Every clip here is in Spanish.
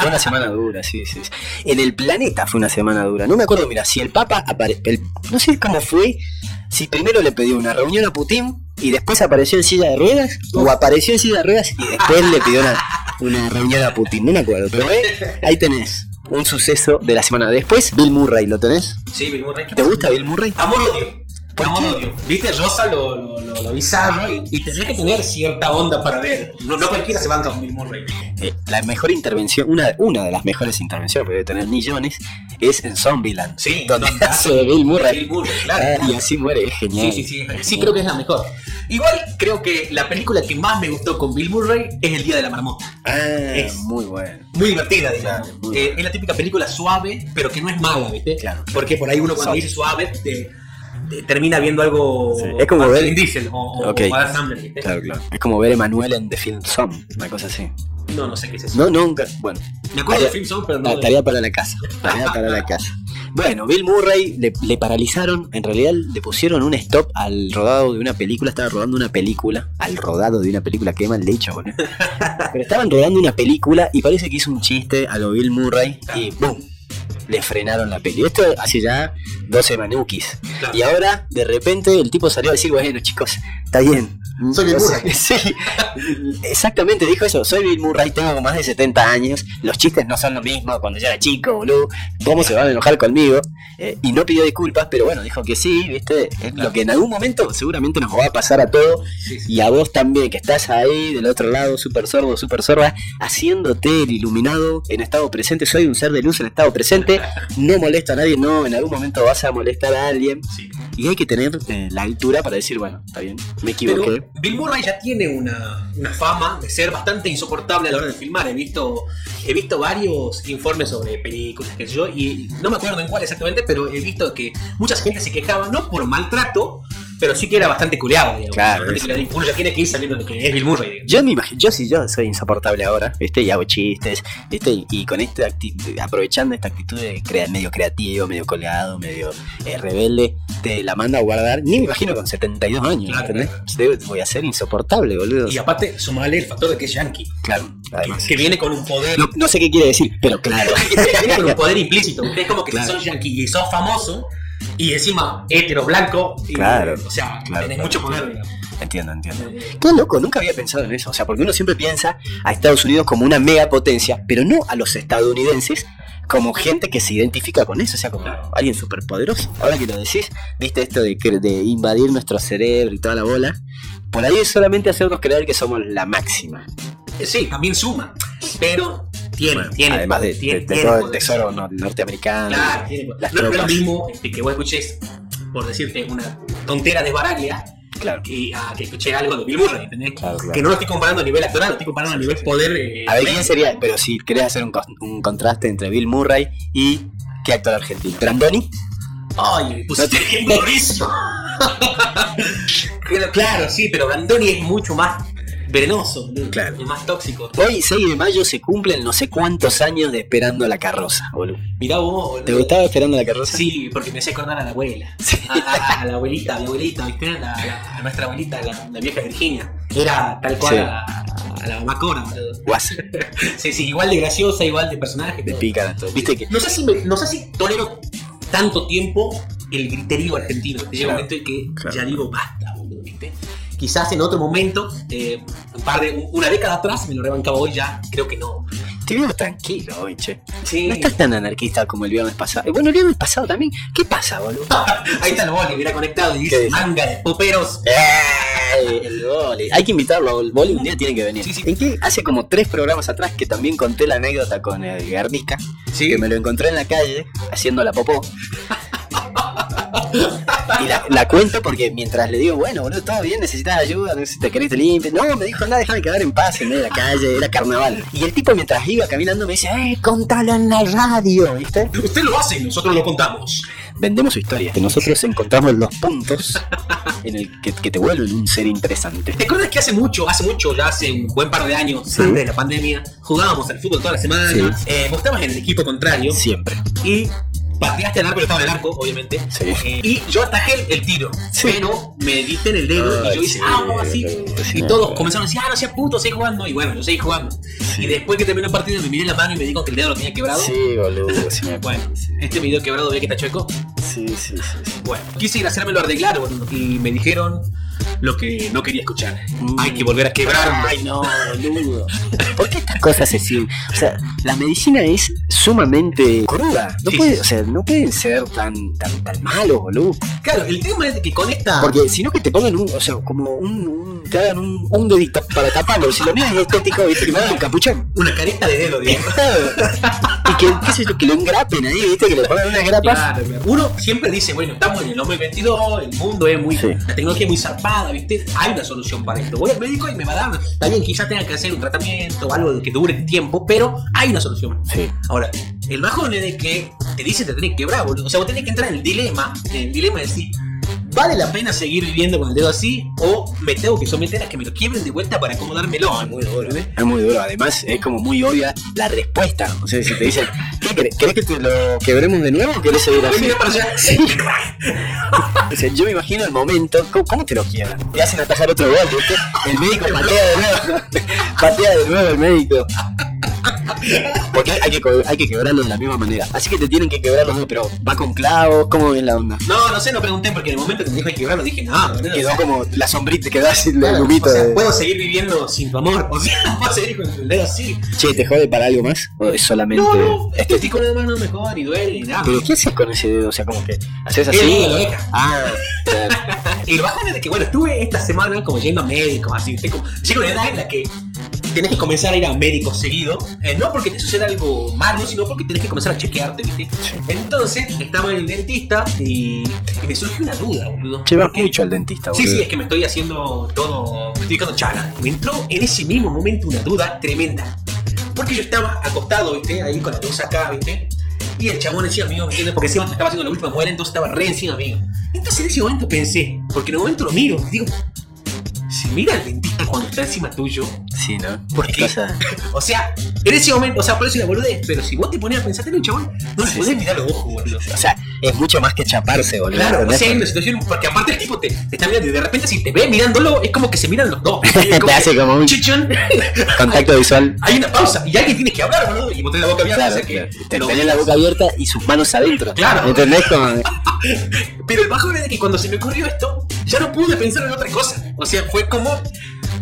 Fue una semana dura, sí, sí. sí. En el planeta fue una semana dura. No me acuerdo, mira, si el Papa apare... el- No sé cómo fue. Si primero le pidió una reunión a Putin y después apareció en silla de ruedas. O apareció en silla de ruedas y después le pidió una, una reunión a Putin. No me acuerdo. Pero eh, ahí tenés un suceso de la semana. Después, Bill Murray, ¿lo tenés? Sí, Bill Murray. ¿Te gusta Bill Murray? Amor-odio. ¿Por Amor-odio. Viste, Rosa lo, lo, lo, lo bizarro y, y tenés que tener cierta onda para ver. No, no cualquiera se banca con Bill Murray. Eh, la mejor intervención, una, una de las mejores intervenciones, porque debe tener millones, es en Zombieland. Sí, donde donde hace de Bill Murray. Bill Murray, claro. Ah, y así muere, es Sí, genial. sí, sí. Sí, creo que es la mejor. Igual creo que la película que más me gustó con Bill Murray es El Día de la Marmota. Ah, Es- muy bueno. Muy divertida, digamos. Claro, muy Eh, es la típica película suave, pero que no es mala, ¿viste? Claro. Porque por ahí uno cuando Suave. dice suave te, te termina viendo algo. Sí, es como Vin ver- Diesel o, o, Ok. o Adam Sandler, ¿viste? Claro, claro. Es como ver a Emanuel en The Film Song, una cosa así. No, no sé qué es eso. No, nunca. Bueno, Me acuerdo de Tarea- Film Song, pero no. ta- tarea para la casa. Tarea para la casa. Bueno, Bill Murray le, le paralizaron, en realidad le pusieron un stop al rodado de una película, estaba rodando una película, al rodado de una película, qué mal dicho, boludo. Pero estaban rodando una película y parece que hizo un chiste a lo Bill Murray y ¡boom! Le frenaron la peli. Esto hace ya 12 manukis. Claro. Y ahora, de repente, el tipo salió a decir, bueno, chicos, está bien. Soy Bill O sea, Murray. Sí, exactamente, dijo eso. Soy Bill Murray, tengo más de 70 años. Los chistes no son lo mismo cuando yo era chico, boludo. ¿Cómo se van a enojar conmigo? Eh, y no pidió disculpas, pero bueno, dijo que sí, ¿viste? Es lo que en algún momento seguramente nos va a pasar a todos. Sí, sí. Y a vos también, que estás ahí del otro lado, super sordo, super sorda, haciéndote el iluminado en estado presente. Soy un ser de luz en estado presente. No molesto a nadie, no, en algún momento vas a molestar a alguien. Sí. Y hay que tener eh, la altura para decir, bueno, está bien, me Pero equivoqué. Bill Murray ya tiene una, una fama de ser bastante insoportable a la hora de filmar. He visto, he visto varios informes sobre películas que yo, y no me acuerdo en cuál exactamente, pero he visto que mucha gente se quejaba, no por maltrato, pero sí que era bastante culeado, digamos. Claro, Bastante sí. culeado. Y Uno ya tiene que ir saliendo de que es Bill Murray, digamos. Yo me imagino, yo si yo soy insoportable ahora, ¿viste? Y hago chistes, ¿viste? Y, y con este acti- aprovechando esta actitud de crea- medio creativo, medio colgado, medio eh, rebelde, te la manda a guardar, ni me imagino con 72 años, Claro, ¿entendés? Debo- Voy a ser insoportable, boludo. Y aparte, sumale el factor de que es yankee, claro, además. que, que viene con un poder. No, no sé qué quiere decir, pero claro. que viene con un poder implícito. Es como que Claro. si sos yankee y sos famoso, y encima hetero blanco, y- Claro. o sea, Claro, tenés claro. mucho poder, digamos. Entiendo, entiendo. Qué loco, nunca había pensado en eso. O sea, porque uno siempre piensa a Estados Unidos como una mega potencia, pero no a los estadounidenses como gente que se identifica con eso, o sea, como alguien superpoderoso. Ahora que lo decís, viste esto de, que- de invadir nuestro cerebro y toda la bola. Por ahí es solamente hacernos creer que somos la máxima. Sí, también suma. Pero tiene, tiene. Además de, de- tiene- de tiene todo el poder. tesoro nor- norteamericano. Claro, tiene poder. las No es lo tropas. mismo este, que vos escuches, por decirte, una tontera de Baraglia Claro. que, a que escuché algo de Bill Murray, ¿entendés? Claro, claro. Que no lo estoy comparando a nivel actoral, lo estoy comparando a nivel poder. eh, A ver, ¿quién sería? Pero si querés hacer un, cos- un contraste entre Bill Murray y qué actor argentino. ¿Brandoni? Ay, No pusiste bien borrizo. Pero claro, sí, pero Brandoni es mucho más venenoso, ¿no? Claro. es más tóxico. Hoy, 6 de mayo, se cumplen no sé cuántos años de Esperando la Carroza, boludo. Mirá vos, ¿Te boludo. gustaba Esperando la Carroza? Sí, porque me hacía acordar a la abuela. A, a- a la abuelita, a la abuelita, ¿viste? A, la- a nuestra abuelita, la, la vieja Virginia. Era tal cual Sí. a, a la mamá Cora, boludo. Guasa, Sí, sí, igual de graciosa, igual de personaje. de todo. pícara, todo. Viste que. No sé si, me- no sé si tolero tanto tiempo el griterío argentino. Llega un Claro, momento en que claro. ya digo basta, boludo, ¿viste? Quizás en otro momento, eh, un par de, un- una década atrás, me lo rebancaba hoy ya, creo que no. Te veo tranquilo hoy, che. Sí, No estás tan anarquista como el viernes pasado. Eh, Bueno, el viernes pasado también. ¿Qué pasa, boludo? ahí está el boli, hubiera conectado y dice dice? manga de poperos. Eh, El vole. Hay que invitarlo, el vole un día tiene que venir. Sí, sí. ¿En qué? Hace como tres programas atrás que también conté la anécdota con el Garnica, Sí. que me lo encontré en la calle haciendo la popó. Y la, la cuento porque mientras le digo, bueno, boludo, todo bien, necesitas ayuda, no sé si te querés te limpio. No, me dijo, anda, déjame quedar en paz en medio de la calle, era carnaval. Y el tipo mientras iba caminando me dice, eh, contalo en la radio, ¿viste? Usted lo hace y nosotros lo contamos. Vendemos su historia. Que nosotros encontramos los puntos en el que, que te vuelven un ser interesante. ¿Te acuerdas que hace mucho, hace mucho, ya hace un buen par de años, Sí. antes de la pandemia, jugábamos al fútbol toda la semana, Sí. eh, vos estabas en el equipo contrario Siempre. y pateaste al arco, yo estaba en el arco, obviamente. Sí. Eh, y yo atajé el, el tiro, Sí. pero me diste en el dedo y Ay, yo hice sí, agua así. sí, y no, todos no. comenzaron a decir, ah, no seas puto, seguí jugando. Y bueno, yo seguí jugando. Y después que terminó el partido me miré la mano y me dijo que el dedo lo tenía quebrado. Sí, boludo, sí me Bueno, acuerdo. Sí, este video quebrado veía que está chueco. sí, sí, sí, sí. Bueno, quise ir a hacérmelo arreglar boludo, y me dijeron lo que no quería escuchar. Mm. Hay que volver a quebrarme. Ay, no, boludo. ¿Por qué estas cosas se siguen? O sea, la medicina es sumamente cruda. No Sí, puede, sí. o sea, no pueden ser tan, tan, tan malos, boludo. Claro, el tema es de que con esta. Porque si no que te pongan un, o sea, como un, un- te hagan un, un dedito para taparlo. Si lo miras es estético, viste, que me hagan un capuchón. Una careta de dedo, digamos. y que, qué sé yo, que lo engrapen ahí, viste, que le pongan unas grapas. Claro, claro. uno siempre dice, bueno, estamos en el 2022, el mundo es muy. Sí. La tecnología es muy zarpada, ¿viste? Hay una solución para esto. Voy al médico y me va a dar. También quizás tenga que hacer un tratamiento o algo que dure tiempo, pero hay una solución. Sí. Ahora, el bajón es de que te dicen te tenés que quebrar, boludo. O sea, vos tenés que entrar en el dilema, en el dilema de decir, ¿vale la pena seguir viviendo con el dedo así? O me tengo que someter a que me lo quiebren de vuelta para acomodármelo. Bueno, bueno, ¿eh? Es muy duro, además es como muy obvia la respuesta. O sea, si te dicen, ¿qué querés? ¿Querés que te lo quebremos de nuevo o querés seguir Voy a así? mirar para allá. O sea, yo me imagino el momento, ¿cómo, cómo te lo quiebran? Te hacen atajar otro gol, ¿viste? El médico patea de nuevo, patea de nuevo el médico. Porque hay que, co- hay que quebrarlo de la misma manera. Así que te tienen que quebrar los dos, pero va con clavos, ¿cómo es la onda? No, no sé, no pregunté porque en el momento que me dijo que quebrarlo dije, no, no, no, Quedó o sea, como la sombrita, quedó así el claro, humito. o sea, pues- de- puedo seguir viviendo sin tu amor. O sea, puedo seguir con el dedo así. Che, ¿te jode para algo más? ¿O es solamente No, no, este estético? tipo nada más no me joda ni duele ni nada. ¿Pero qué haces con ese dedo? O sea, como que haces así. El dedo de la oreja. Ah, claro. El bajón es de que, bueno, estuve esta semana como yendo a médicos, así, ¿viste? Como, llega una edad en la que tenés que comenzar a ir a médicos seguido, eh, no porque te suceda algo malo, sino porque tenés que comenzar a chequearte, ¿viste? Entonces, estaba en el dentista y, y me surgió una duda, boludo. Che, vas Porque- mucho al dentista, Sí, boludo. sí, es que me estoy haciendo todo, me estoy dejando chana. Me entró en ese mismo momento una duda tremenda. Porque yo estaba acostado, ¿viste? Ahí con la luz acá, ¿viste? Y el chabón encima mío, ¿me entiendes? Porque encima estaba haciendo la última muela, entonces estaba re encima mío. Entonces en ese momento pensé, porque en el momento lo miro, digo, si mira al dentista cuando está encima tuyo, Sí, ¿no? ¿Por qué? Pasa- o sea, en ese momento, o sea, por eso es una boludez, pero si vos te ponías a pensar en un chabón, no le Sí, podés sí. mirar los ojos, boludo. O sea, es mucho más que chaparse, boludo. Claro, o ¿entendés? sea, hay una situación, porque aparte el tipo te, te está mirando y de repente si te ve mirándolo, es como que se miran los dos. Es Te hace que, como un chichón. contacto visual. Hay una pausa y alguien tiene que hablar, boludo, y vos tenés la boca abierta. o sea que Te lo- tenés la boca abierta y sus manos adentro. Claro. Ah, ¿Entendés? Como- Pero el bajón es de que cuando se me ocurrió esto, ya no pude pensar en otra cosa. O sea, fue como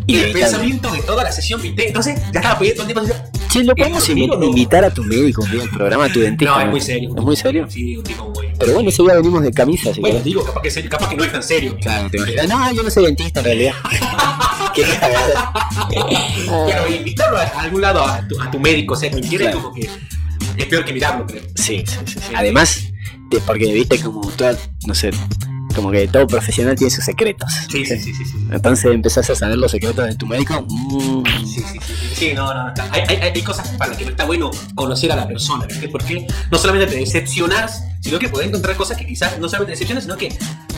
el Inevitable. pensamiento de toda la sesión, ¿viste? Entonces, ya estaba pidiendo todo el tiempo. así, Che, ¿lo podemos ¿Es conmigo invi- o no? invitar a tu médico un día al programa, a tu dentista? No, es muy serio. ¿Es muy serio? Sí, un tipo muy. Pero bueno, ese día venimos de camisa, así Bueno, que... digo, capaz que, es serio, capaz que no es tan serio. Claro, te imaginas. No, yo no soy dentista en realidad. Qué cagada. Pero invitarlo a, a algún lado a tu, a tu médico, o sea, cualquiera Claro. como que es peor que mirarlo, creo. Sí, sí, sí, sí. Además, te- porque viste como toda, no sé, como que todo profesional tiene sus secretos. Sí, sí, sí, sí. sí. Entonces empezás a saber los secretos de tu médico. Mm. Sí, sí, sí, sí, sí, no, no, está- hay, hay- hay cosas para las que no está bueno conocer a la persona, ¿viste? Porque no solamente te decepcionas, sino que podés encontrar cosas que quizás no solamente te decepcionan, sino que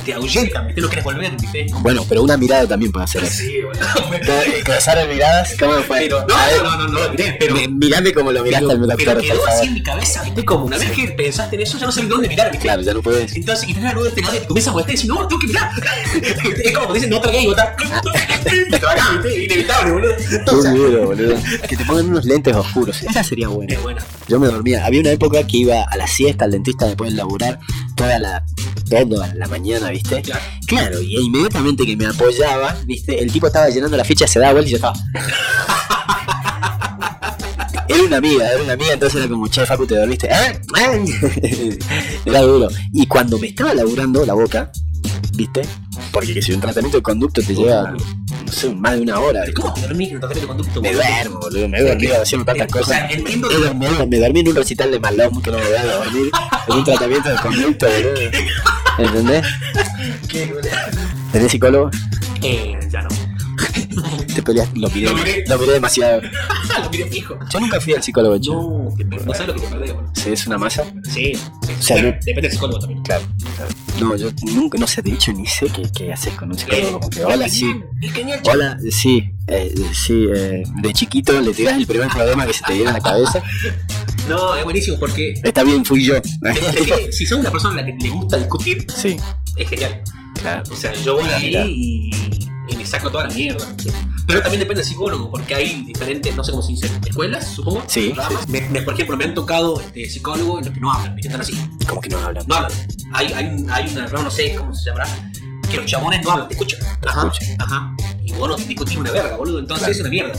te ahuyentan, ¿viste? No querés volver, ¿viste? Bueno, pero una mirada también puede hacer eso. Sí, bueno. Cruzar miradas, ¿cómo fue? Pero, no, A ver, no, no, no, no lo diré, pero... mi- mirame como lo miraste Pero, al pero doctor, por quedó así favor. en mi cabeza, ¿viste? Como una vez que pensaste en eso, ya no sabes dónde mirar, ¿viste? Claro, ya no puedes. Entonces, y tenés la luz de este lado y te comienzas a molestar y dices, no, tengo que mirar. es como que dicen, no tragué y vos estás... te tragás, ¿viste? Inevitable, boludo. Qué duro, boludo. Que te pongan unos lentes oscuros. Esa sería buena. Es bueno. Yo me dormía. Había una época que iba a la siesta al dentista después de laburar toda la, toda la mañana, ¿viste? Claro. Claro, y inmediatamente que me apoyaba, ¿viste? El tipo estaba llenando la ficha, se daba vuelta y yo estaba. Era una amiga, era una amiga, entonces era como, che, Facu, te dormiste. "Ah, ah". era duro. Y cuando me estaba laburando la boca, ¿viste? Porque que si un tratamiento de conducto te lleva, no sé, más de una hora. ¿viste? ¿Cómo te dormís en un tratamiento de conducto? Me boludo? duermo, boludo, me he dormido haciendo tantas O sea, cosas. entiendo Me que dormí, me dormí en un recital de Malón, que no me voy a dormir. En un tratamiento de conducto, boludo. ¿Entendés? ¿Tenés psicólogo? Eh, ya no. Te peleaste, lo miré, Lo miré. lo miré demasiado. lo miré fijo. Yo nunca fui al psicólogo, chico. No, no sabes lo que te perdés, boludo. ¿Se es una masa? Sí. O sea, Bueno, no- Depende del psicólogo también. Claro. No, yo nunca, no sé, de hecho ni sé qué, qué haces con un Eh, psicólogo. Como que, hola, sí. Es genial, chaval. Hola, sí, eh, sí, eh, de chiquito le tirás el primer problema que se te viene a la cabeza No, es buenísimo porque Está bien, fui yo. es que si sos una persona a la que le gusta discutir, sí, es genial. claro. O sea, yo voy Ah, ahí mirá. y, y me saco toda la mierda. Pero también depende del psicólogo, porque hay diferentes, no sé cómo se dice, escuelas, supongo. Sí. programas. Me- me- por ejemplo, me han tocado este, psicólogos en los que no hablan, que están así. Como que no hablan. No hablan. Hay, hay, un- hay una rama, no sé cómo se llamará, que los chabones no hablan, te escuchan. Ajá. escuchan. Ajá. Y vos no discutís una verga, boludo. Entonces es una mierda.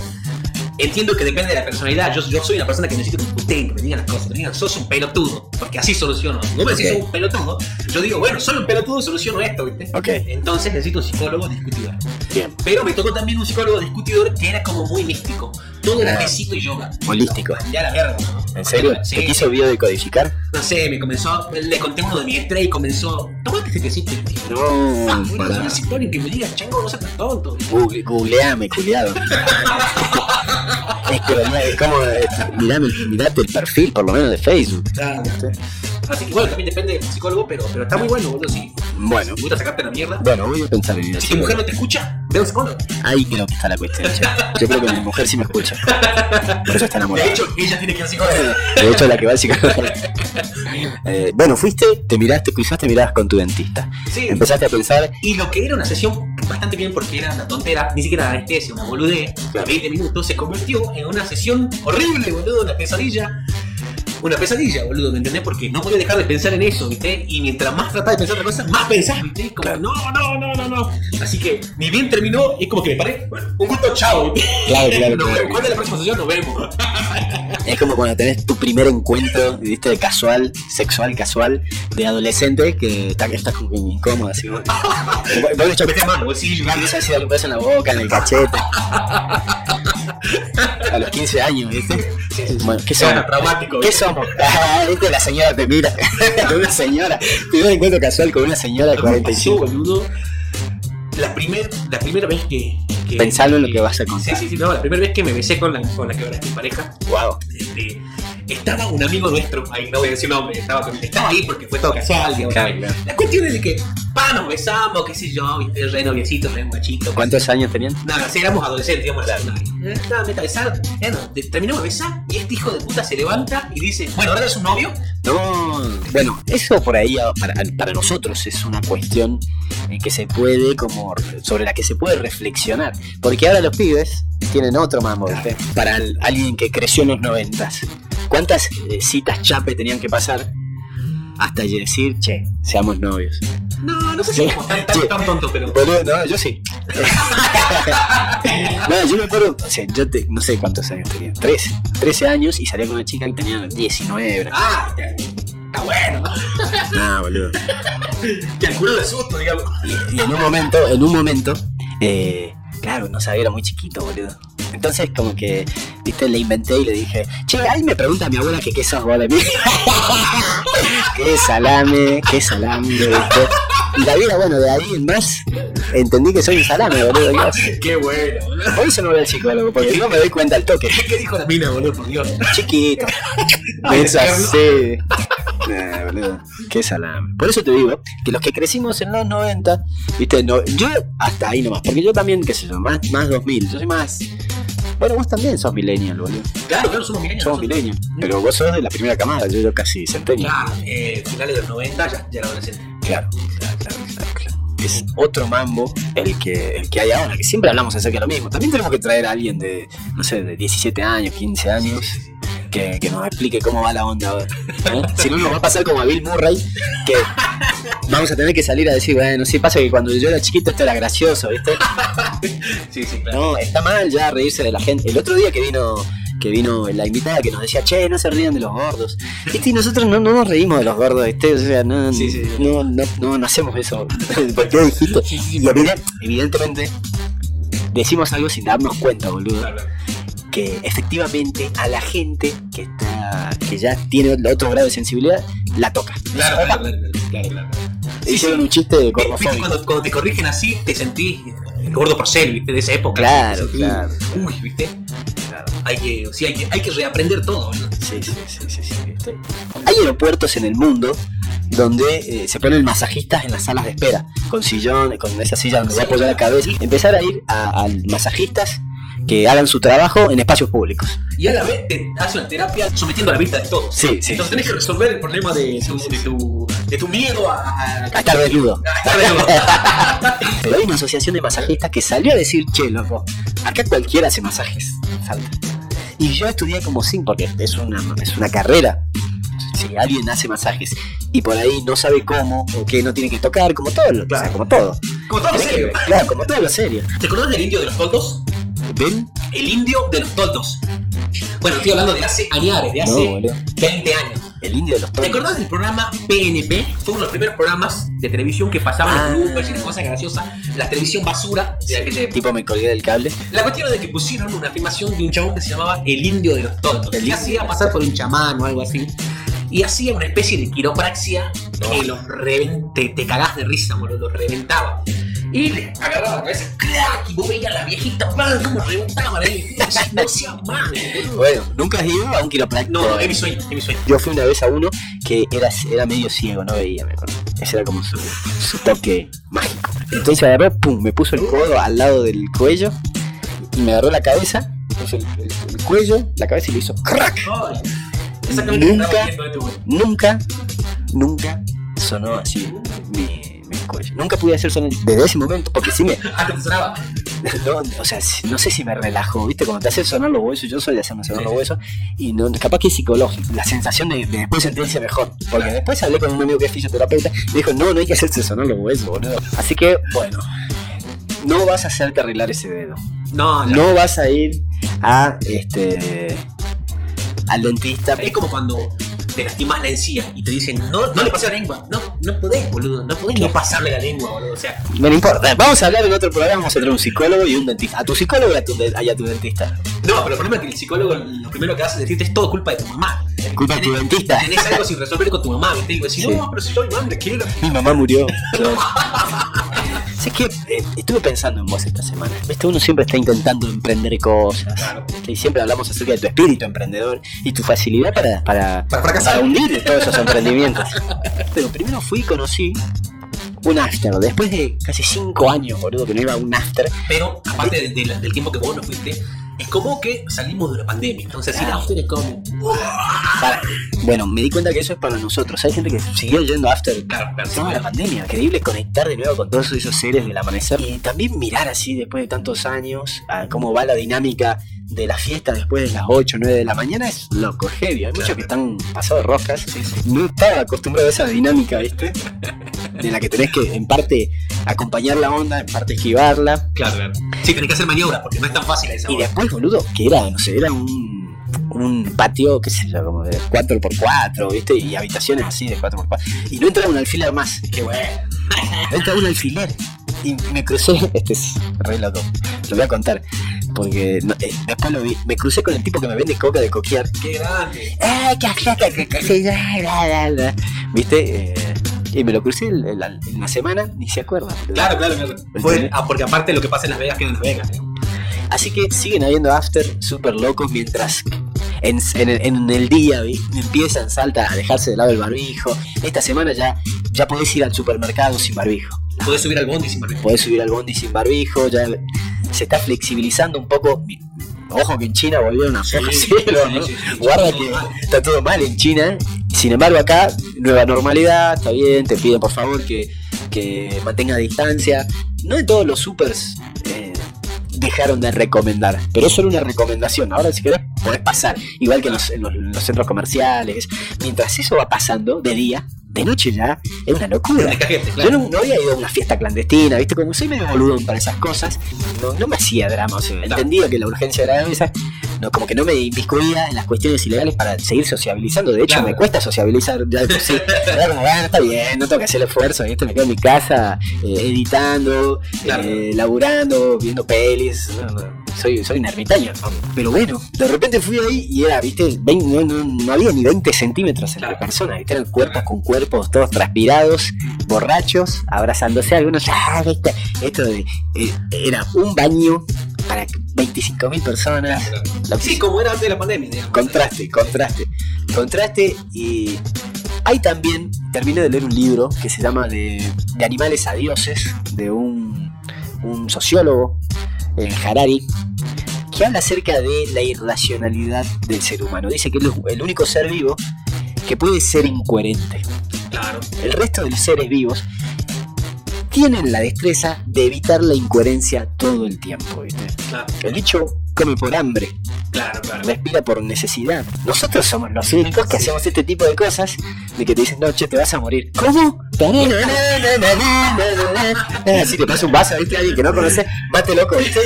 Entiendo que depende de la personalidad. Yo, yo soy una persona que necesito que me puteen, que me digan las cosas, que me digan, sos un pelotudo. Porque así soluciono. Vos me decís, Ok. sos un pelotudo. Yo digo, bueno, soy un pelotudo, soluciono esto, ¿viste? Ok. Entonces necesito un psicólogo discutidor. Bien. Pero me tocó también un psicólogo discutidor que era como muy místico. Todo era Ah. besito y yoga. Holístico. Ya la verga. ¿En serio? ¿Te Sí, quiso biodecodificar? no sé, me comenzó, le conté uno de mi estrés y comenzó, ¿tomaste este quesito? Y dije, No, "Ah, bueno, dame ese pony que me diga, chango, no seas tan tonto. Google, googleame, culiado. es que no, es como. eh, mirame- mirate el perfil, por lo menos de Facebook. Así que ah, bueno, también depende del psicólogo, pero, pero está muy bueno, boludo, si Bueno, te gusta sacarte la mierda. bueno, voy a pensar en Si tu eso. mujer no te escucha, ve a un psicólogo. Ahí creo que está la cuestión. che. Yo creo que mi mujer sí me escucha. Por eso está enamorada. De hecho, ella tiene que ir al psicólogo. De hecho, la que va al psicólogo. Eh, bueno, fuiste, te miraste, cruzaste miradas con tu dentista. Sí. Empezaste a pensar, Y lo que era una sesión bastante bien porque era una tontera, ni siquiera anestesia, una boludez, de 20 minutos, se convirtió en una sesión horrible, boludo, una pesadilla. Una pesadilla, boludo, ¿me entendés? Porque no podía dejar de pensar en eso, ¿viste? Y mientras más tratás de pensar en cosas, más pensás, ¿viste? Como, Claro. no, no, no, no, no. Así que, ni bien terminó, es como que me paré, bueno, un gusto, chao, ¿viste? Claro, claro, Nos claro. vemos. ¿Cuál es la próxima sesión? Nos vemos. es como cuando tenés tu primer encuentro, viste, de casual, sexual, casual, de adolescente, que está- estás como que incómodo, así como. Vos le Mete chocás- mano, bolsillo, no sabes si la lo en la boca, en el cachete. A los 15 años, ¿viste? Bueno, ¿qué somos? Era traumático. ¿Qué ¿viste? somos? Ah, ¿Viste? La señora te mira. una señora. Primer encuentro casual con una señora de Lo que me 45. pasó, boludo, la, primer, la primera vez que, que- Pensalo en lo que vas a Sí, contar. sí, sí, no, la primera vez que me besé con la, con la que ahora es mi pareja, Wow. este, estaba un amigo nuestro, ahí no voy a decir nombre, estaba, con- estaba ahí porque fue todo casual, digamos. Claro, claro. La cuestión es de que, pa, nos besamos, qué sé yo, viste, re noviecitos, re machitos. ¿Cuántos años tenían? Nada, sí, éramos adolescentes, íbamos a la secundaria. Eh, Nada, me está besando, eh, no, te- terminamos de besar y este hijo de puta se levanta y dice, bueno, ahora es un novio. No, bueno, eso por ahí ah, para, para nosotros es una cuestión eh, que se puede como sobre la que se puede reflexionar, porque ahora los pibes tienen otro mambo, ¿viste? Para el- alguien que creció en los noventas, ¿cuántas eh, citas chape tenían que pasar hasta decir, che, seamos novios? No, no sé si Sí. somos tan, tan, Sí. tan tontos, pero... Boludo, no, yo sí. no, yo me acuerdo, o sea, yo te- no sé cuántos años tenía, 13, 13 años y salía con una chica que tenía 19. ¿no? Ah, está- está bueno, No, boludo. te culo de susto, digamos. Y, y en un momento, en un momento, eh, claro, no sabía, era muy chiquito, boludo. Entonces como que, viste, le inventé y le dije, che, ahí me pregunta mi abuela que qué sos vos de mí. qué salame, qué salame, viste. Y la vida, bueno, de ahí en más, entendí que soy un salame, boludo. ¿qué hace? Qué bueno, boludo. Por eso no voy al psicólogo, porque no me doy cuenta al toque. ¿Qué dijo la mina, boludo, por Dios? Chiquito. Ah, Es ¿no? así. Nah, boludo. Qué salame. Por eso te digo eh, que los que crecimos en los 90, viste, no, yo hasta ahí nomás, porque yo también, qué sé yo, más, más 2000, yo soy más. Bueno, vos también sos millennial, boludo. Claro, claro, somos milenios. Somos millennial. Pero vos sos de la primera camada, yo, yo casi centenio. Claro, eh, finales de los 90 ya, ya era adolescente. Claro, claro, claro, claro, claro. Es otro mambo el que, el que hay ahora, que siempre hablamos acerca de lo mismo. También tenemos que traer a alguien de, no sé, de 17 años, 15 años, que, que nos explique cómo va la onda ahora. ¿eh? Si no, nos va a pasar como a Bill Murray, que vamos a tener que salir a decir, bueno, sí, pasa que cuando yo era chiquito esto era gracioso, ¿viste? Sí, sí, claro. No, está mal ya reírse de la gente. El otro día que vino que vino la invitada que nos decía, che, no se rían de los gordos. ¿Viste? Y nosotros no, no nos reímos de los gordos, ¿viste? O sea, no, Sí, sí. no, no, no, no hacemos eso. ¿Por qué dijiste? Y evident- evidentemente decimos algo sin darnos cuenta, boludo Claro, claro. que efectivamente a la gente que está que ya tiene otro grado de sensibilidad la toca. Claro, claro, claro, claro, claro. Hicieron un chiste de Viste gordofóbico. Cuando, cuando te corrigen así, te sentís el gordo porcel, ¿viste? De esa época. Claro, Te sentís, claro. Uy, ¿viste? Claro. Hay que, sí, hay que, hay que reaprender todo, boludo. Sí, sí, sí, sí, sí, ¿viste? Hay aeropuertos en el mundo donde eh, se ponen masajistas en las salas de espera, con sillón, con esa silla donde se apoya la cabeza. Empezar a ir a, a masajistas que hagan su trabajo en espacios públicos. Y a la vez te hace una terapia sometiendo a la vista de todos. Sí, sí. Entonces tenés que resolver el problema de, tu- de tu, de tu miedo a, a- A estar desnudo. a estar desnudo. Pero hay una asociación de masajistas que salió a decir, che, loco, acá cualquiera hace masajes. Falta. Y yo estudié como sin, porque es una, es una carrera. Si alguien hace masajes y por ahí no sabe cómo o qué no tiene que tocar, como todo, lo- o sea, Claro. como todo. Como todo en Tiene que- serio. Claro, como todo lo serio. ¿Te acordás del indio de los toldos? ¿Ven? El indio de los toldos. Bueno, estoy hablando de hace años, de No, hace boludo. 20 años. El indio de los ¿Te tontos. acordás del programa PNP? Fue uno de los primeros programas de televisión que pasaban Ah. en bloopers y las cosas graciosas. La televisión basura de aquella época. Tipo me colgué del cable. La cuestión es que pusieron una filmación de un chabón que se llamaba El Indio de los Tontos. El que Indio de hacía los pasar por un chamán o algo así. Y hacía una especie de quiropraxia que los reven- te, te cagás de risa, boludo, los reventaba. Y le agarraba la cabeza, clac, y vos veías a la viejita, ¡pam! como reventaba la viejita. No seas mal, boludo. Bueno, nunca has ido a un quiropráctico. No, no, es mi sueño, es mi sueño. Yo fui una vez a uno que era, era medio ciego, no veía, me acuerdo. Ese era como su, su toque mágico. Entonces agarró, pum, me puso el codo al lado del cuello y me agarró la cabeza, me puso el, el- el cuello, la cabeza y le hizo crack. Ay, exactamente lo que Nunca- estaba viendo este güey. Nunca, nunca sonó así mi, mi cuello. Nunca pude hacer sonido desde ese momento, porque sí me. Ah, te sonaba. no, o sea, si- no sé si me relajo, ¿viste? Cuando te hace sonar los huesos, yo soy de hacerme sonar los huesos, y no, capaz que es psicológico, la sensación de, de después sentirse mejor. Porque después hablé con un amigo que es fisioterapeuta, y dijo, no, no hay que hacerse sonar los huesos, boludo. Así que, bueno, no vas a hacerte arreglar ese dedo. No, no. No vas a ir a, este, al dentista. Es como cuando te lastimas la encía y te dicen, no, no le pasé la lengua. No, no podés, boludo. No podés no pasarle la lengua, boludo. O sea, No me importa, vamos a hablar en otro programa, vamos a tener un psicólogo y un dentista. A tu psicólogo y a tu, de- y a tu dentista. no, pero el problema es que el psicólogo lo primero que hace es decirte es todo culpa de tu mamá. Culpa de tu dentista. Tenés algo sin resolver con tu mamá, ¿viste? Y vos decís, Sí. no, pero si yo mi mamá me quiero. Mi mamá murió. Sé que eh, estuve pensando en vos esta semana. Viste, uno siempre está intentando emprender cosas. Claro. ¿viste? Y siempre hablamos acerca de tu espíritu emprendedor y tu facilidad para, para, Para fracasar. para hundir todos esos emprendimientos. Pero primero fui y conocí un after. Después de casi cinco años, boludo, que no iba a un after. Pero aparte de- de la- del tiempo que vos no fuiste, es como que salimos de una pandemia. Entonces, si Claro. no, ustedes comen. para- Bueno, me di cuenta que eso es para nosotros. Hay gente que siguió yendo after Claro, claro. sí, Estaba la claro. pandemia, increíble conectar de nuevo con todos esos seres del amanecer. Y también mirar así después de tantos años a cómo va la dinámica de la fiesta después de las 8 o 9 de la mañana es loco, heavy. Hay muchos que están pasados de roscas. No estaba acostumbrado a esa dinámica, ¿viste? De la que tenés que, en parte, acompañar la onda, en parte esquivarla. Claro, claro. Sí, tenés que hacer maniobras porque no es tan fácil a esa Y hora. después, boludo, que era, no sé, era un, un patio, qué sé yo, como de 4x4, ¿viste? Y habitaciones así de 4x4. Y no entraba un alfiler más. Qué bueno. Entra un alfiler. Y me crucé. Este es re loco. Lo voy a contar. Porque no- eh, después lo vi. Me crucé con el tipo que me vende coca de coquear. Qué grande. ¡Ah, qué ajaca, que- que- que- bla, bla, bla! ¿Viste? Eh, y me lo crucé el- el- la- en la semana. Ni se acuerda. boludo. Claro, claro, claro. Pues Fue- ah, porque aparte lo que pasa en Las Vegas queda en Las Vegas. ¿eh? Así que siguen habiendo after super locos mientras en, en el, en el día ¿vi? empiezan, salta a dejarse de lado el barbijo. Esta semana ya, ya podés ir al supermercado sin barbijo. Podés subir al bondi sin barbijo. podés subir al bondi sin barbijo, ya se está flexibilizando un poco. Ojo que en China volvieron a Sí, cero, sí, ¿no? sí, sí. Guarda Todo que mal. está todo mal en China. Sin embargo, acá, nueva normalidad, está bien, te piden por favor que, que mantenga distancia. No en todos los supers eh, dejaron de recomendar, pero es solo una recomendación. Ahora, si querés, podés pasar, igual que en los, en los- en los centros comerciales. Mientras eso va pasando de día, de noche ya, es una locura. Tenés que gente, Yo claro. no, no había ido a una fiesta clandestina, ¿viste? Como soy medio boludón para esas cosas, no, no me hacía drama, o sea, entendía que la urgencia era esa, no, como que no me inmiscuía en las cuestiones ilegales para seguir sociabilizando, de hecho Claro. me cuesta sociabilizar, ya de por sí, era como, bueno, está bien, no tengo que hacer el esfuerzo, ¿viste? me quedo en mi casa eh, editando, Claro. eh, laburando, viendo pelis, no, no, soy, soy un ermitaño, ¿no? pero bueno, de repente fui ahí y era, ¿viste? Vein- no, no- no había ni 20 centímetros entre Claro. personas, ¿viste? eran cuerpos con cuerpos, todos transpirados, borrachos, abrazándose algunos. ¡ah! ¿viste? Esto de, eh, era un baño para 25.000 personas. Lo que- Sí, como era antes de la pandemia, digamos. contraste, contraste. Contraste y hay también, terminé de leer un libro que se llama De, de animales a dioses, de un, un sociólogo, eh, Harari, que habla acerca de la irracionalidad del ser humano. Dice que él es el único ser vivo que puede ser incoherente. Claro. El resto de los seres vivos tienen la destreza de evitar la incoherencia todo el tiempo. ¿viste? Claro, El bicho come por hambre, claro, claro. respira por necesidad. Nosotros somos los únicos que hacemos este tipo de cosas de que te dicen, no, che, te vas a morir. ¿Cómo? Así te pasa un vaso, ¿viste? Alguien que no conoces, mate loco, ¿viste?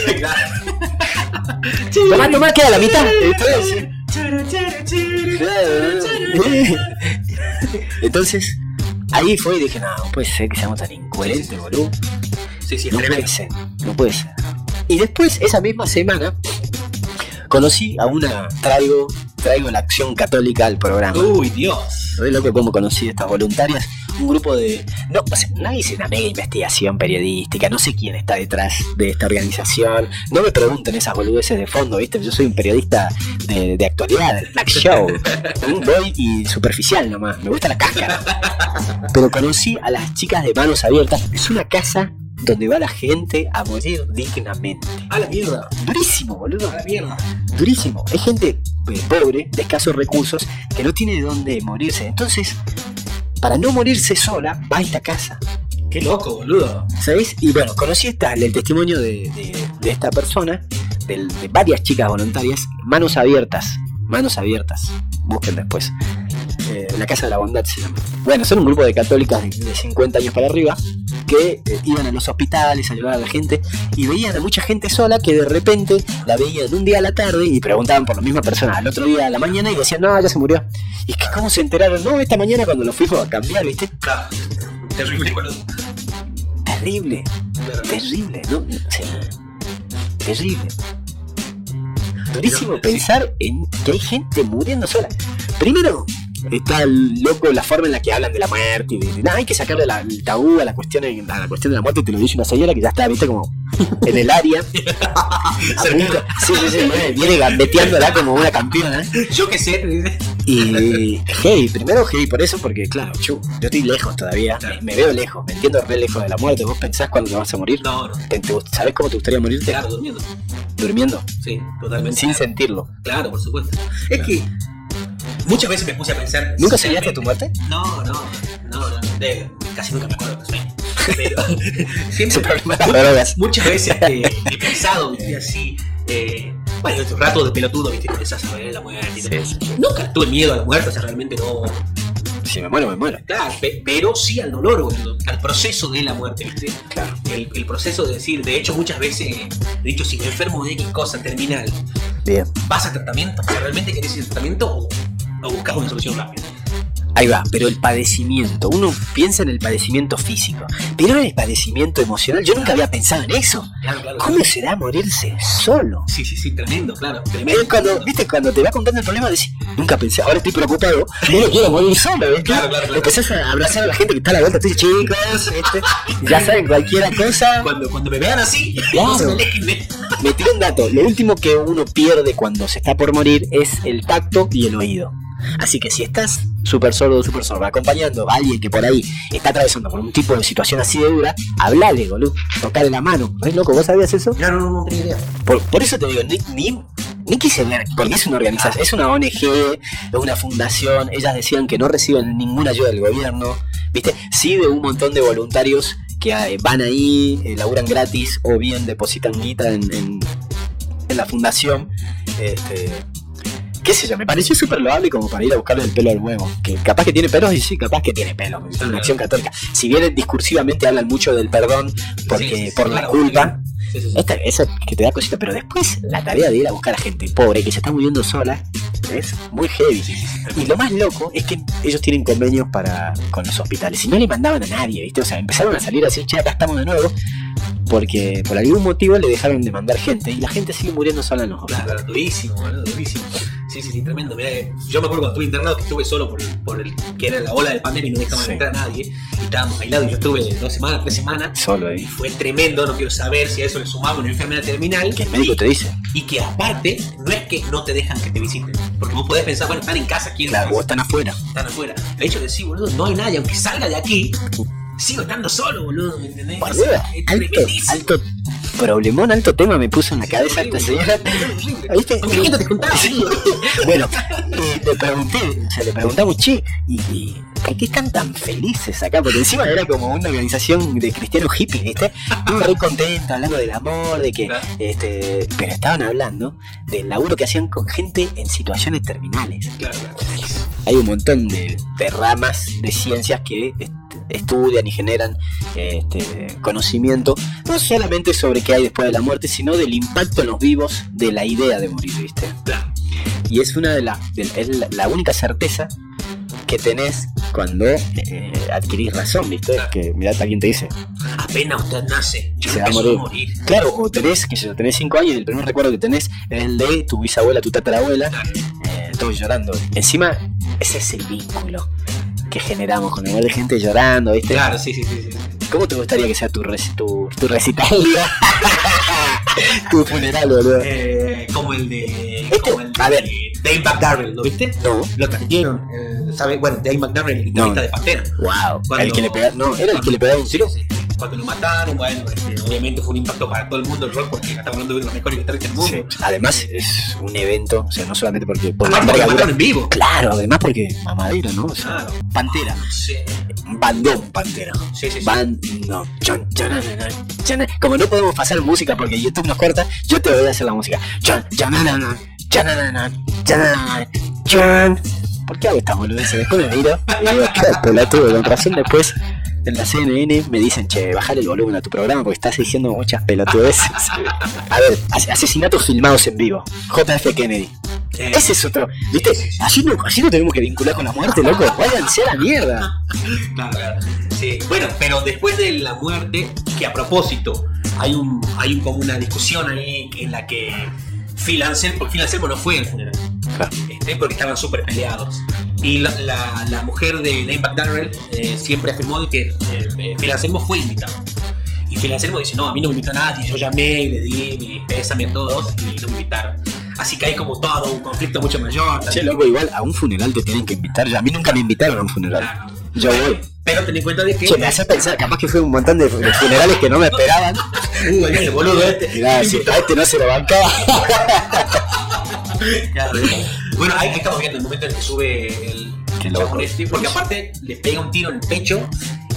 Tomá, tomá, queda la mitad. ¿viste? Entonces, ahí fue y dije, no, no puede ser que seamos tan incoherentes, boludo. Sí, sí, es No puede tremendo. ser, no puede ser. Y después, esa misma semana, conocí a una. Traigo, traigo la acción católica al programa. Uy, Dios. Re loco cómo conocí a estas voluntarias. Un grupo de. No, o sea, nadie hizo una mega investigación periodística. No sé quién está detrás de esta organización. No me pregunten esas boludeces de fondo, ¿viste? Yo soy un periodista de, de actualidad, del Black Show. Un boy y superficial nomás. Me gusta la cáscara. Pero conocí a las chicas de manos abiertas. Es una casa donde va la gente a morir dignamente. A la mierda. Durísimo, boludo A la mierda. durísimo. Hay gente eh, pobre, de escasos recursos, que no tiene de dónde morirse. Entonces, para no morirse sola, va a esta casa. Qué loco, boludo. ¿Sabes? Y bueno, conocí esta, el testimonio de, de- de esta persona, del- de, varias chicas voluntarias, manos abiertas. Manos abiertas. Busquen después. Eh, la Casa de la Bondad se llama. Bueno, son un grupo de católicas de, de 50 años para arriba que eh, iban a los hospitales a ayudar a la gente y veían a mucha gente sola que de repente la veían un día a la tarde y preguntaban por la misma persona al otro día a la mañana y decían, no, ya se murió. Y es que, ¿cómo se enteraron? No, esta mañana cuando lo fuimos a cambiar, ¿viste? Claro. Terrible, boludo. Terrible. Claro. Terrible, ¿no? Sí. Terrible. Durísimo pensar en que hay gente muriendo sola. Primero, está el loco la forma en la que hablan de la muerte y de, de, "No, hay que sacarle la- el tabú a la cuestión en- a la cuestión de la muerte, te lo dice una señora que ya está, viste, como en el área. A punto. Cercano. Sí, sí, sí, viene- viene gambeteándola como una campeona. Yo qué sé, te dice. Y hey, primero hey por eso, porque claro, chu, yo estoy lejos todavía, me, me veo lejos, me entiendo re lejos de la muerte. ¿Vos pensás cuándo te vas a morir? No, no. ¿Te- te gust- ¿Sabés cómo te gustaría morirte? Claro, durmiendo. Durmiendo, pues, Sí, totalmente. sin sentirlo. Claro, por supuesto. Claro. Es que muchas veces me puse a pensar. ¿Nunca soñaste tu muerte? No, no, no, no, de- casi nunca me acuerdo de sueño. Pero siempre, drogas. muchas veces eh, he pensado, viste, así, eh, bueno, estos ratos de pelotudo, viste, con esas saber la muerte. y tal. Sí, Nunca tuve miedo a la muerte, o sea, realmente no. Si me muero, me muero. Claro, pe- pero sí al dolor, boludo, al proceso de la muerte, viste. Claro. El, el proceso de decir, de hecho, muchas veces he dicho, si me enfermo de X cosa terminal, Bien. ¿vas a tratamiento? O sea, ¿Realmente querés ir a tratamiento o, o buscas una solución rápida? Ahí va, pero el padecimiento. Uno piensa en el padecimiento físico, pero en el padecimiento emocional. Yo nunca había pensado en eso. Claro, claro. ¿Cómo será morirse solo? Sí, sí, sí, tremendo, claro, tremendo. Eh, Cuando, ¿Viste? Cuando te va contando el problema, decís, nunca pensé, ahora estoy preocupado, no me quiero morir solo, ¿viste? Claro, claro, claro. Empezás a abrazar a la gente que está a la vuelta, tú dices, chicos, este, ya saben, cualquier cosa, Cuando, cuando me vean así, Claro. no se me alejen de- Me tiré un dato. Lo último que uno pierde cuando se está por morir es el tacto y el oído. Así que si estás súper sordo, súper sordo, acompañando a alguien que por ahí está atravesando por un tipo de situación así de dura, hablale, boludo. Tocale la mano. ¿Ves, loco? ¿Vos sabías eso? No, no, no, no tenía idea. Por, por eso te digo, ni, ni, ni quise ver, porque es una organización, es una ONG, es una fundación, ellas decían que no reciben ninguna ayuda del gobierno, ¿viste? Sí de un montón de voluntarios que eh, van ahí, eh, laburan gratis o bien depositan guita en, en- en la fundación. Este, qué sé yo, me pareció súper loable como para ir a buscarle el pelo al huevo. Que capaz que tiene pelos y sí, capaz que tiene pelos, es una acción católica. Si bien discursivamente hablan mucho del perdón porque, Sí, sí, sí, por la claro, culpa, Este- Sí, sí, sí. esta, esa que te da cosita, pero después la tarea de ir a buscar a gente pobre que se está muriendo sola es muy heavy. Y lo más loco es que ellos tienen convenios para con los hospitales y no le mandaban a nadie, ¿viste? O sea, empezaron a salir a decir, che, acá estamos de nuevo, porque por algún motivo le dejaron de mandar gente y la gente sigue muriendo sola en los hospitales. Claro, claro, durísimo, boludo, durísimo. Sí, sí, sí, tremendo. Mirá, eh, yo me acuerdo cuando estuve internado que estuve solo por, el- por el que era la ola del pandemia y no dejaban Sí. entrar a nadie. Y estábamos aislados y yo estuve dos semanas, tres semanas. Solo Y ahí. fue tremendo, no quiero saber si a eso le sumaba una enfermedad terminal. Que el médico te dice, Y que aparte, no es que no te dejan que te visiten. Porque vos podés pensar, bueno, están en casa, ¿quién claro, vos están afuera. están afuera. El hecho de sí, boludo, no hay nadie, aunque salga de aquí, sigo estando solo, boludo, ¿me entendés? O sea, Boludo, es alto, tremendísimo. alto problemón, alto tema me puso en la cabeza esta señora. ¿Viste? ¿Con qué gente te juntaba? Sí. Bueno, y le pregunté, o sea, le preguntamos, che, ¿y, y por qué están tan felices acá? Porque encima era como una organización de cristianos hippies, ¿viste? Estaban re contentos, hablando del amor, de que, Claro. este, pero estaban hablando del laburo que hacían con gente en situaciones terminales. Claro, claro. Hay un montón de, de ramas de ciencias que est- estudian y generan eh, este, conocimiento, no solamente sobre qué hay después de la muerte, sino del impacto en los vivos de la idea de morir, ¿viste? Claro. Y es una de las, de- es la- la única certeza que tenés cuando eh, adquirís razón, ¿viste? Claro. Que mirá, alguien te dice, Apenas usted nace, yo Se va a empiezo morir. a morir. claro, o tenés, que yo, tenés 5 años y el primer recuerdo que tenés es el de tu bisabuela, tu tatarabuela, Claro. eh, todos llorando. Encima, ese es el vínculo que generamos con el de gente llorando, ¿viste? Claro, sí, sí, sí. sí. ¿Cómo te gustaría que sea tu, rec- tu, tu recital? tu funeral, boludo. Eh, como el de. Este- Como el de, a ver. Dave McDarrell, ¿lo viste? No. Lo trajeron, eh, ¿sabe? Bueno, Dave McDarrell, el guitarrista No. de Pantera. Wow. Cuando- El que le pega- no, era el que le pegaba un tiro. Sí, sí. Cuando lo mataron, bueno, este, obviamente fue un impacto para todo el mundo el rock porque estamos hablando de uno de los mejores guitarristas del mundo. Sí. Además, es un evento, o sea, no solamente porque. Por la Aparte lo mataron envergadura. en vivo. Claro, además porque mamadera, ¿no? O sea, Claro. Pantera. Sí, Bandón Pantera. sí, sí. sí. Van. No. Chon, chananana, chana- Como no podemos pasar música porque YouTube nos corta, yo te voy a hacer la música. Chon, chananana, chananana, chananana, chan. ¿Por qué hago esta boludez? Después me miro y digo, claro, pelotudo, con razón después. En la CNN me dicen, che, bajar el volumen a tu programa porque estás diciendo muchas pelotudeces. A ver, as- asesinatos filmados en vivo. JF Kennedy. Eh, Ese es otro. ¿Viste? Así no, así no tenemos que vincular con la muerte, loco. Váyanse a la mierda. Claro, claro. Sí. Bueno, pero después de la muerte, que a propósito, hay un, hay un- como una discusión ahí en la que Phil Anselmo, porque Phil Anselmo no fue al funeral, Claro. este, porque estaban súper peleados. Y la, la- la mujer de Dave McDarrell eh, siempre afirmó que eh, eh, Phil Anselmo fue invitado. Y Phil Anselmo dice, no, a mí no me invitó nadie, yo llamé y le di mi pésame a todos y no me invitaron. Así que hay como todo un conflicto mucho mayor. Che, también. loco, igual a un funeral te tienen que invitar. Yo- A mí nunca me invitaron a un funeral. Claro. Yo voy. Pero ten en cuenta de que... Che, me hace pensar, capaz que fue un montón de de funerales que no me esperaban. Uh, el boludo este. Mirá, si a este no se lo bancaba. Claro. eh. Bueno, ahí ahí estamos viendo el momento en el que sube el Qué loco. chabón este, porque aparte le pega un tiro en el pecho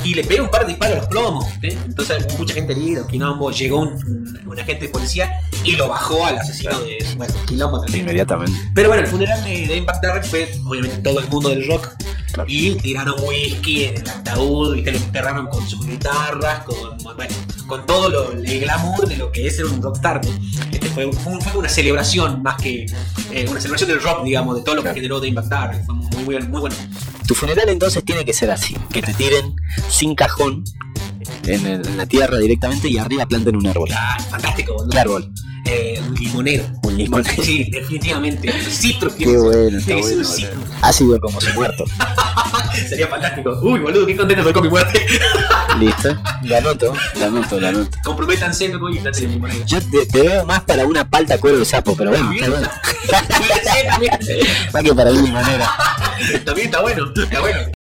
y le pega un par de disparos a los plomos. ¿viste? Entonces mucha gente herida, quilombo, llegó un, un- un agente de policía y lo bajó al asesino de bueno, quilombo también. Inmediatamente. Pero bueno, el funeral de, de Impact Dark fue obviamente todo el mundo del rock. Claro. Y tiraron whisky en el ataúd, viste, lo enterraron con sus guitarras, con, bueno, con todo lo, el glamour de lo que es ser un rockstar. ¿no? Este fue, un- fue un- fue una celebración más que eh, una celebración del rock, digamos, de todo lo que Claro. generó de Impact Dark. Fue muy, muy, bueno, muy bueno. Tu funeral entonces tiene que ser así: que te tiren sin cajón en, el- en la tierra directamente y arriba planten un árbol. Ah, fantástico, boludo. ¿Qué árbol? Eh, un limonero. Un limón. Sí, definitivamente. Citrus Qué bueno, está Tiene que ser bueno. un citrus. boludo. Ácido como si muerto. Sería fantástico. Uy, boludo, qué contento estoy con mi muerte. Listo. La anoto, la anoto, la anoto. Comprométanse, loco, y planten el limonero. Yo te, te veo más para una palta cuero de sapo, pero bueno, está bueno. También, Más que para una manera. también está bueno, está bueno.